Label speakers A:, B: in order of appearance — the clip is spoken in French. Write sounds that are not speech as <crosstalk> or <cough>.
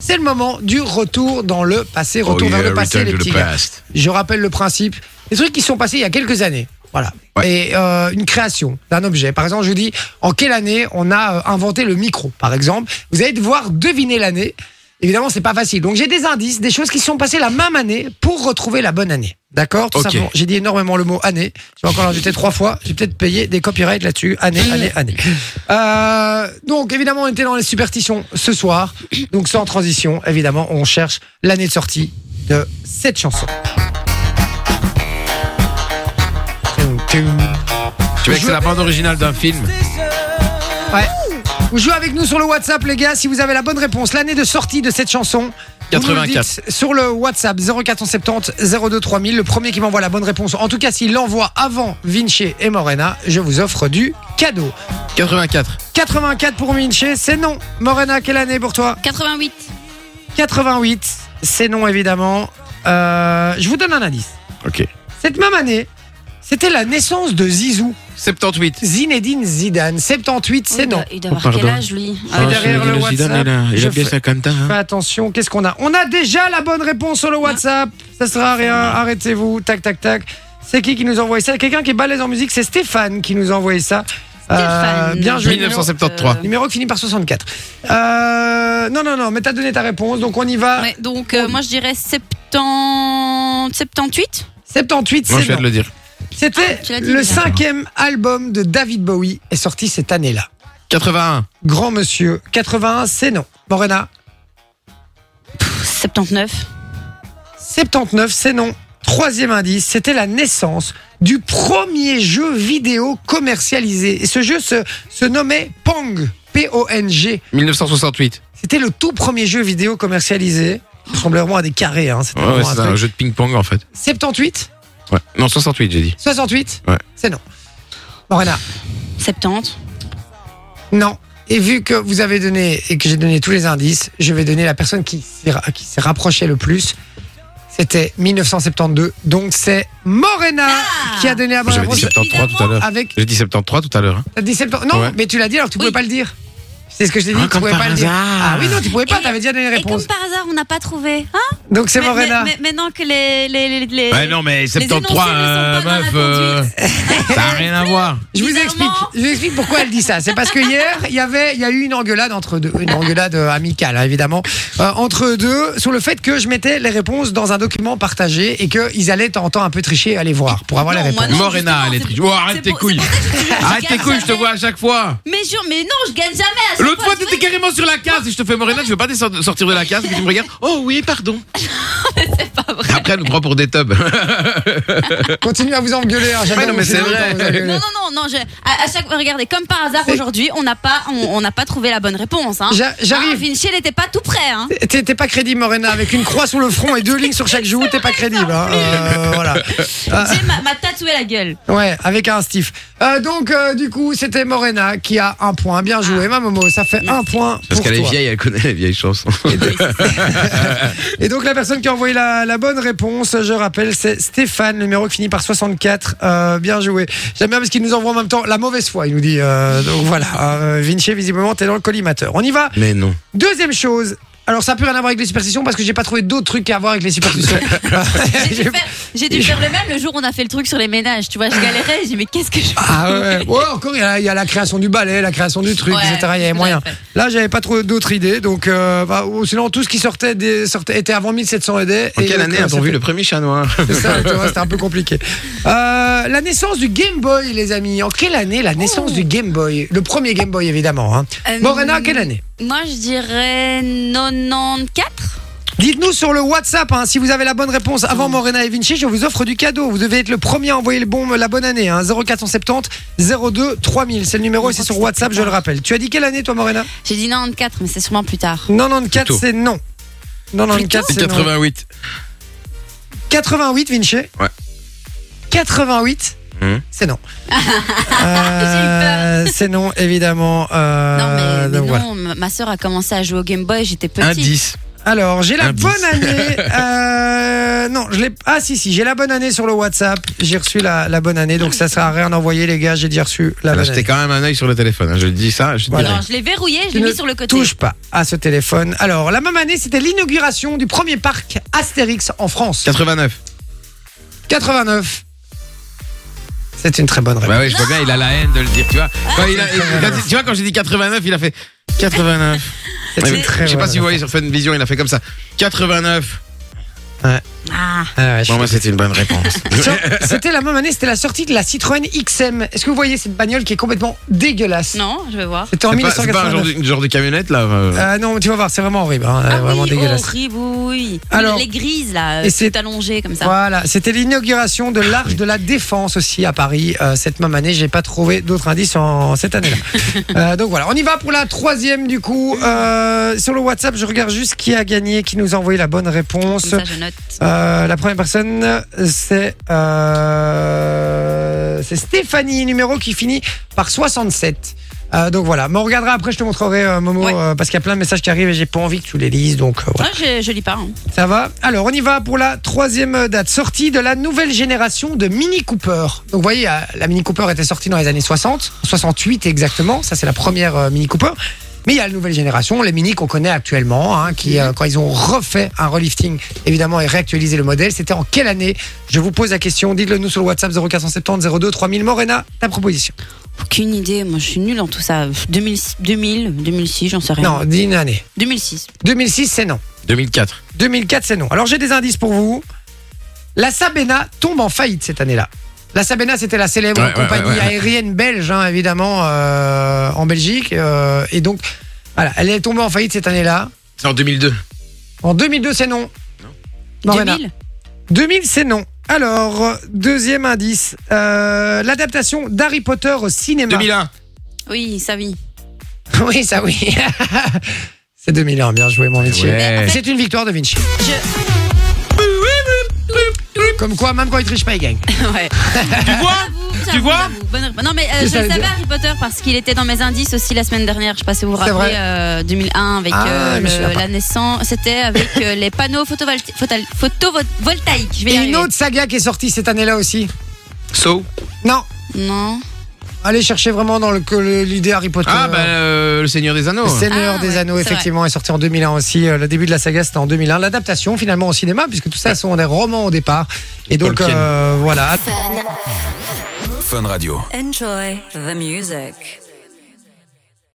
A: C'est le moment du retour dans le passé, retour
B: Oh
A: vers
B: yeah,
A: le passé,
B: return
A: les
B: to the
A: petits gars.
B: past.
A: Je rappelle le principe. Les trucs qui sont passés il y a quelques années. Voilà.
B: Ouais.
A: Et euh, une création d'un objet. Par exemple, je vous dis en quelle année on a euh, inventé le micro, par exemple. Vous allez devoir deviner l'année. Évidemment, c'est pas facile. Donc j'ai des indices, des choses qui sont passées la même année pour retrouver la bonne année. D'accord Tout
B: Ok.
A: simplement. J'ai dit énormément le mot année. Je vais encore l'ajouter trois fois. J'ai peut-être payé des copyrights là-dessus. Année, année,
B: <laughs>
A: année. Euh, donc évidemment, on était dans les superstitions ce soir. Donc sans transition, évidemment, on cherche l'année de sortie de cette chanson.
B: Tu veux que c'est la bande originale d'un film
A: Ouais. Vous jouez avec nous sur le WhatsApp, les gars, si vous avez la bonne réponse. L'année de sortie de cette chanson. vous nous le
B: 84.
A: dites sur le WhatsApp 0470 02 3000. Le premier qui m'envoie la bonne réponse. En tout cas, s'il l'envoie avant Vinci et Morena, je vous offre du cadeau.
B: 84.
A: 84 pour Vinci, c'est non. Morena, quelle année pour toi
C: 88.
A: 88, c'est non évidemment. Euh, je vous donne un indice.
B: Ok.
A: Cette même année, c'était la naissance de Zizou,
B: 78.
A: Zinedine Zidane. 78, c'est
C: Oui,
A: non.
C: bah, Il doit
B: Oh,
C: avoir quel
B: pardon.
C: âge, lui
A: Ah,
C: ouais.
A: derrière le WhatsApp, je fais- Bah,
B: 50 ans. hein.
A: Fais attention, qu'est-ce qu'on a On a déjà la bonne réponse sur le WhatsApp. Ça sert
B: Ah,
A: à rien, arrêtez-vous, tac, tac, tac. C'est qui qui nous a envoyé ça Quelqu'un qui est balèze en musique, c'est Stéphane qui nous a envoyé ça. Euh,
C: Stéphane.
A: bien joué. Numéro,
B: 1973.
A: numéro qui finit par 64. Euh, non, non, non, mais t'as donné ta réponse, donc on y va.
C: Ouais, donc, euh, moi, je dirais 70... 78.
A: 78,
B: Moi, je
A: c'est
B: viens
A: non.
B: de le dire.
A: C'était
C: Ah, tu l'as dit
A: le
C: déjà.
A: cinquième album de David Bowie est sorti cette année-là.
B: 81.
A: Grand monsieur, 81, c'est non. Morena,
C: Pff, 79.
A: 79, c'est non. Troisième indice, c'était la naissance du premier jeu vidéo commercialisé. Et ce jeu se, se nommait Pong, P-O-N-G.
B: 1968.
A: C'était le tout premier jeu vidéo commercialisé. Ça ressemblait vraiment à des carrés, hein. c'était
B: Ouais, ouais,
A: vraiment un
B: c'est un
A: truc.
B: jeu de ping-pong en fait.
A: 78,
B: Ouais. Non, 68, j'ai dit.
A: 68,
B: Ouais.
A: c'est non. Morena,
C: 70.
A: Non. Et vu que vous avez donné et que j'ai donné tous les indices, je vais donner la personne qui s'est ra- qui s'est rapprochée le plus. C'était 1972. Donc c'est Morena qui a donné la bonne
B: J'avais dit
A: réponse.
B: 73 tout à l'heure.
A: Avec
B: J'ai dit 73 tout à l'heure. hein.
A: t'as dit septem- Non,
B: Euh, Ouais.
A: mais tu l'as dit alors tu pouvais
C: Oui.
A: pas le dire. C'est ce que je t'ai dit,
B: Ah,
A: tu
B: comme
A: pouvais
B: par
A: pas le dire.
B: hasard.
A: Ah oui, non, tu pouvais pas,
C: Et-
A: t'avais déjà donné la
C: Et comme
A: réponse.
C: par hasard, on n'a pas trouvé. Hein
A: Donc c'est
C: Mais-
A: Morena.
C: mais- mais- Maintenant que les... les, les- les-
B: Ouais, Bah non, mais
C: énoncés ne sont
B: 73,
C: pas
B: euh,
C: dans la
B: meuf,
C: conduite.
B: euh,
A: <laughs>
B: ça n'a rien à voir.
A: Je vous
C: Bizarrement.
A: explique. Je vous explique pourquoi elle dit ça. C'est parce que hier, il y avait, il y a eu une engueulade entre deux, une engueulade euh, amicale, hein, évidemment, euh, entre deux sur le fait que je mettais les réponses dans un document partagé et qu'ils allaient de temps en temps un peu tricher, aller voir pour avoir les
C: Non, moi,
A: réponses.
C: non,
B: Morena,
C: justement,
B: elle est
C: c'est-
B: triste. Oh, arrête
C: c'est
B: tes
C: pour- c'est
B: couilles.
C: pour ça que je te jure, je
B: Arrête tes
C: gagne
B: couilles, je te
C: jamais.
B: vois à chaque fois.
C: Mais jure, mais non, je gagne jamais à chaque
B: L'autre fois,
C: tu
B: t'étais
C: vois,
B: carrément sur la case et je te fais Morena, je veux pas te sor- sortir de la case et que tu me regardes. Oh oui,
A: <laughs>
B: pardon.
C: c'est pas vrai.
B: Après, elle nous prend pour des tubs.
A: Continue à vous engueuler. hein, j'adore
B: Ouais, non, mais
A: vous-
B: c'est vrai.
A: vous engueuler.
C: Non, non, non, non, je- à, à chaque regardez, comme par hasard aujourd'hui, on n'a pas, on, on n'a pas trouvé la bonne réponse. Hein.
A: J'a- j'arrive.
C: Ah, Vinci, elle n'était pas tout près. Hein.
A: T'es t'es pas crédible, Morena, avec une croix sur le front et deux lignes sur chaque joue, t'es pas crédible. hein, euh, voilà. Ah.
C: J'ai ma, ma tatoué la gueule.
A: <laughs> Ouais, avec un stiff. Euh, donc, euh, du coup, c'était Morena qui a un point. Bien joué, ma Momo. Ça fait un point
B: Ah. Parce
A: pour
B: qu'elle est
A: toi.
B: vieille, elle connaît les vieilles chansons.
A: Et donc la personne qui a envoyé la, la bonne réponse, je rappelle, c'est Stéphane, le numéro qui finit par 64. Euh, bien joué. J'aime bien parce qu'il nous envoie en même temps la mauvaise foi. Il nous dit, euh, donc voilà, euh, Vinci, visiblement, t'es dans le collimateur. On y va.
B: Mais non.
A: Deuxième chose. Alors ça n'a plus rien à voir avec les superstitions parce que j'ai pas trouvé d'autres trucs à voir avec les
B: <laughs>
A: superstitions. <laughs>
C: J'ai dû, faire, j'ai dû faire le même le jour où on a fait le truc sur les ménages. Tu vois, je galérais. J'ai dit, mais qu'est-ce que je fais
A: Ah ouais, ouais. Ouais, encore il y, a, il y a la création du ballet, la création du truc,
C: Ouais,
A: etc. Il y avait
C: c'est
A: moyen.
C: vrai.
A: Là, j'avais pas trouvé d'autres idées, donc euh, bah, ou sinon tout ce qui sortait, des, sortait était avant 1700 aidés.
B: En
A: et
B: quelle
A: donc,
B: année
A: euh,
B: a-t-on
A: c'était-
B: vu le premier chat noir
A: C'est ça, tu vois, c'était un peu compliqué. Euh, la naissance du Game Boy, les amis. En quelle année la naissance du Game Boy Le premier Game Boy, évidemment. Hein.
C: Euh,
A: Morena, quelle année
C: Moi, je dirais 94.
A: Dites-nous sur le WhatsApp hein, si vous avez la bonne réponse avant Morena et Vinci. Je vous offre du cadeau. Vous devez être le premier à envoyer le bon, la bonne année. Hein, 0470 02 3000. C'est le numéro et c'est sur WhatsApp, je le rappelle. Tu as dit quelle année, toi, Morena
C: J'ai dit 94, mais c'est sûrement plus tard.
A: Euh, 94,
B: Plutôt.
A: c'est non. 94, c'est non.
B: 88.
A: 88, Vinci
B: Ouais.
A: 88
B: Mhm.
A: C'est
C: <laughs>
A: non. Euh, c'est non, évidemment. euh,
C: non, mais, mais
A: donc voilà.
C: non, ma- ma soeur a commencé à jouer au Game Boy. J'étais petite.
B: Indice.
A: Alors, j'ai la
B: Un bis.
A: bonne
B: <laughs>
A: année. euh, non, je l'ai. Ah, si, si, j'ai la bonne année sur le WhatsApp. J'ai reçu la, la bonne année, donc ça sert à rien d'envoyer, les gars. J'ai déjà reçu la bonne
B: Là, Ah, bah, j'étais
A: année.
B: quand même un œil sur le téléphone. hein. Je dis ça, je te
A: Voilà.
B: dirais.
C: Alors, je l'ai verrouillé, je
A: Tu
C: l'ai
A: ne
C: mis sur le côté.
A: Touche pas à ce téléphone. Alors, la même année, c'était l'inauguration du premier parc Astérix en France.
B: 89.
A: 89. C'est une très bonne réponse.
B: Bah ouais, je vois bien, il a la haine de le dire, tu vois. Quand il a- quand il- tu vois, quand j'ai dit 89, il a fait 89.
A: C'est une
B: Ouais,
A: très
B: je sais pas
A: bonne
B: si vous voyez sur Fun Vision, il a fait comme ça. 89.
C: Ah,
A: réponse. Ah ouais, je
B: Bon, moi, c'était une bonne réponse.
A: Tiens, C'était la même année, c'était la sortie de la Citroën XM. Est-ce que vous voyez cette bagnole qui est complètement dégueulasse
C: non, je vais voir.
A: C'était en
B: C'est pas- C'est pas un genre
A: 1989.
B: de, genre de camionnette, là. euh.
A: Euh, non, tu vas voir, c'est vraiment horrible, hein,
C: Ah
A: vraiment
C: oui,
A: dégueulasse.
C: horrible, oui.
A: Alors-
C: les grises là,
A: Et
C: euh,
A: c'est-
C: tout allongé comme ça.
A: Voilà, c'était l'inauguration de l'Arche de la Défense aussi à Paris euh, cette même année. J'ai pas trouvé d'autres indices en cette année-là.
C: <laughs>
A: Euh, donc voilà, on y va pour la troisième du coup. Euh, sur le WhatsApp, je regarde juste qui a gagné, qui nous a envoyé la bonne réponse.
C: Comme ça, je note.
A: Euh, la première personne, c'est euh, c'est Stéphanie, numéro qui finit par 67. Euh, donc voilà, mais on regardera après, je te montrerai euh, Momo,
C: Ouais.
A: euh, parce qu'il y a plein de messages qui arrivent et j'ai pas envie que tu les lises, donc euh, voilà.
C: Moi, je, je lis pas. hein.
A: Ça va Alors, on y va pour la troisième date. Sortie de la nouvelle génération de Mini Cooper. Donc, vous voyez, euh, la Mini Cooper était sortie dans les années 60, 68 exactement. Ça, c'est la première euh, Mini Cooper. Mais il y a la nouvelle génération, les Mini qu'on connaît actuellement, hein, qui, euh, quand ils ont refait un relifting, évidemment, et réactualisé le modèle, c'était en quelle année Je vous pose la question. Dites-le nous sur le WhatsApp 0470 02 3000. Morena, ta proposition.
C: Aucune idée, moi je suis nulle en tout ça. 2006, 2000, 2006, j'en sais rien.
A: Non, dis une année.
C: 2006.
A: 2006, c'est non.
B: 2004.
A: 2004, c'est non. Alors j'ai des indices pour vous. La Sabena tombe en faillite cette année-là. La Sabena, c'était la célèbre
B: Ouais, ouais,
A: compagnie
B: ouais, ouais, ouais.
A: aérienne belge, hein, évidemment, euh, en Belgique. euh, et donc, voilà, elle est tombée en faillite cette année-là.
B: C'est en 2002.
A: En 2002, c'est non. Morena.
C: 2000
A: 2000, c'est non. Alors, euh, deuxième indice, euh, l'adaptation d'Harry Potter au cinéma.
B: 2001.
C: Oui,
A: <laughs>
C: ça oui.
A: Oui, ça oui. <laughs> c'est 2001, bien joué, mon Vinci.
B: Ouais.
A: C'est une victoire de Vinci. Comme quoi, même quand il triche pas, il gagne.
C: ouais.
B: Tu vois
C: J'avoue,
B: vois
C: j'avoue. Bonne réponse. Non mais euh, je
A: Ça veut
C: le savais
A: dire-
C: Harry Potter parce qu'il était dans mes indices aussi la semaine dernière. Je sais pas si vous vous
A: C'est
C: rappelez
A: vrai.
C: euh, 2001 avec
A: Ah,
C: euh,
A: je me souviens
C: le-
A: pas.
C: la naissance. C'était avec euh, les panneaux photovolta- photal- photovoltaïques. Je vais y
A: Et
C: arriver.
A: une autre saga qui est sortie cette année-là aussi.
B: So.
A: Non,
C: Non.
A: allez chercher vraiment dans le que le- l'idée Harry Potter.
B: Ah, bah, euh, le Seigneur des Anneaux.
A: Le Seigneur
C: Ah,
A: des
C: ouais,
A: Anneaux,
C: c'est vrai.
A: effectivement, est sorti en 2001 aussi. Euh, Le début de la saga, c'était en 2001. L'adaptation, finalement, au cinéma, puisque tout ça sont des romans au départ. Et donc,
B: Tolkien.
A: euh, voilà.
D: Enjoy the music.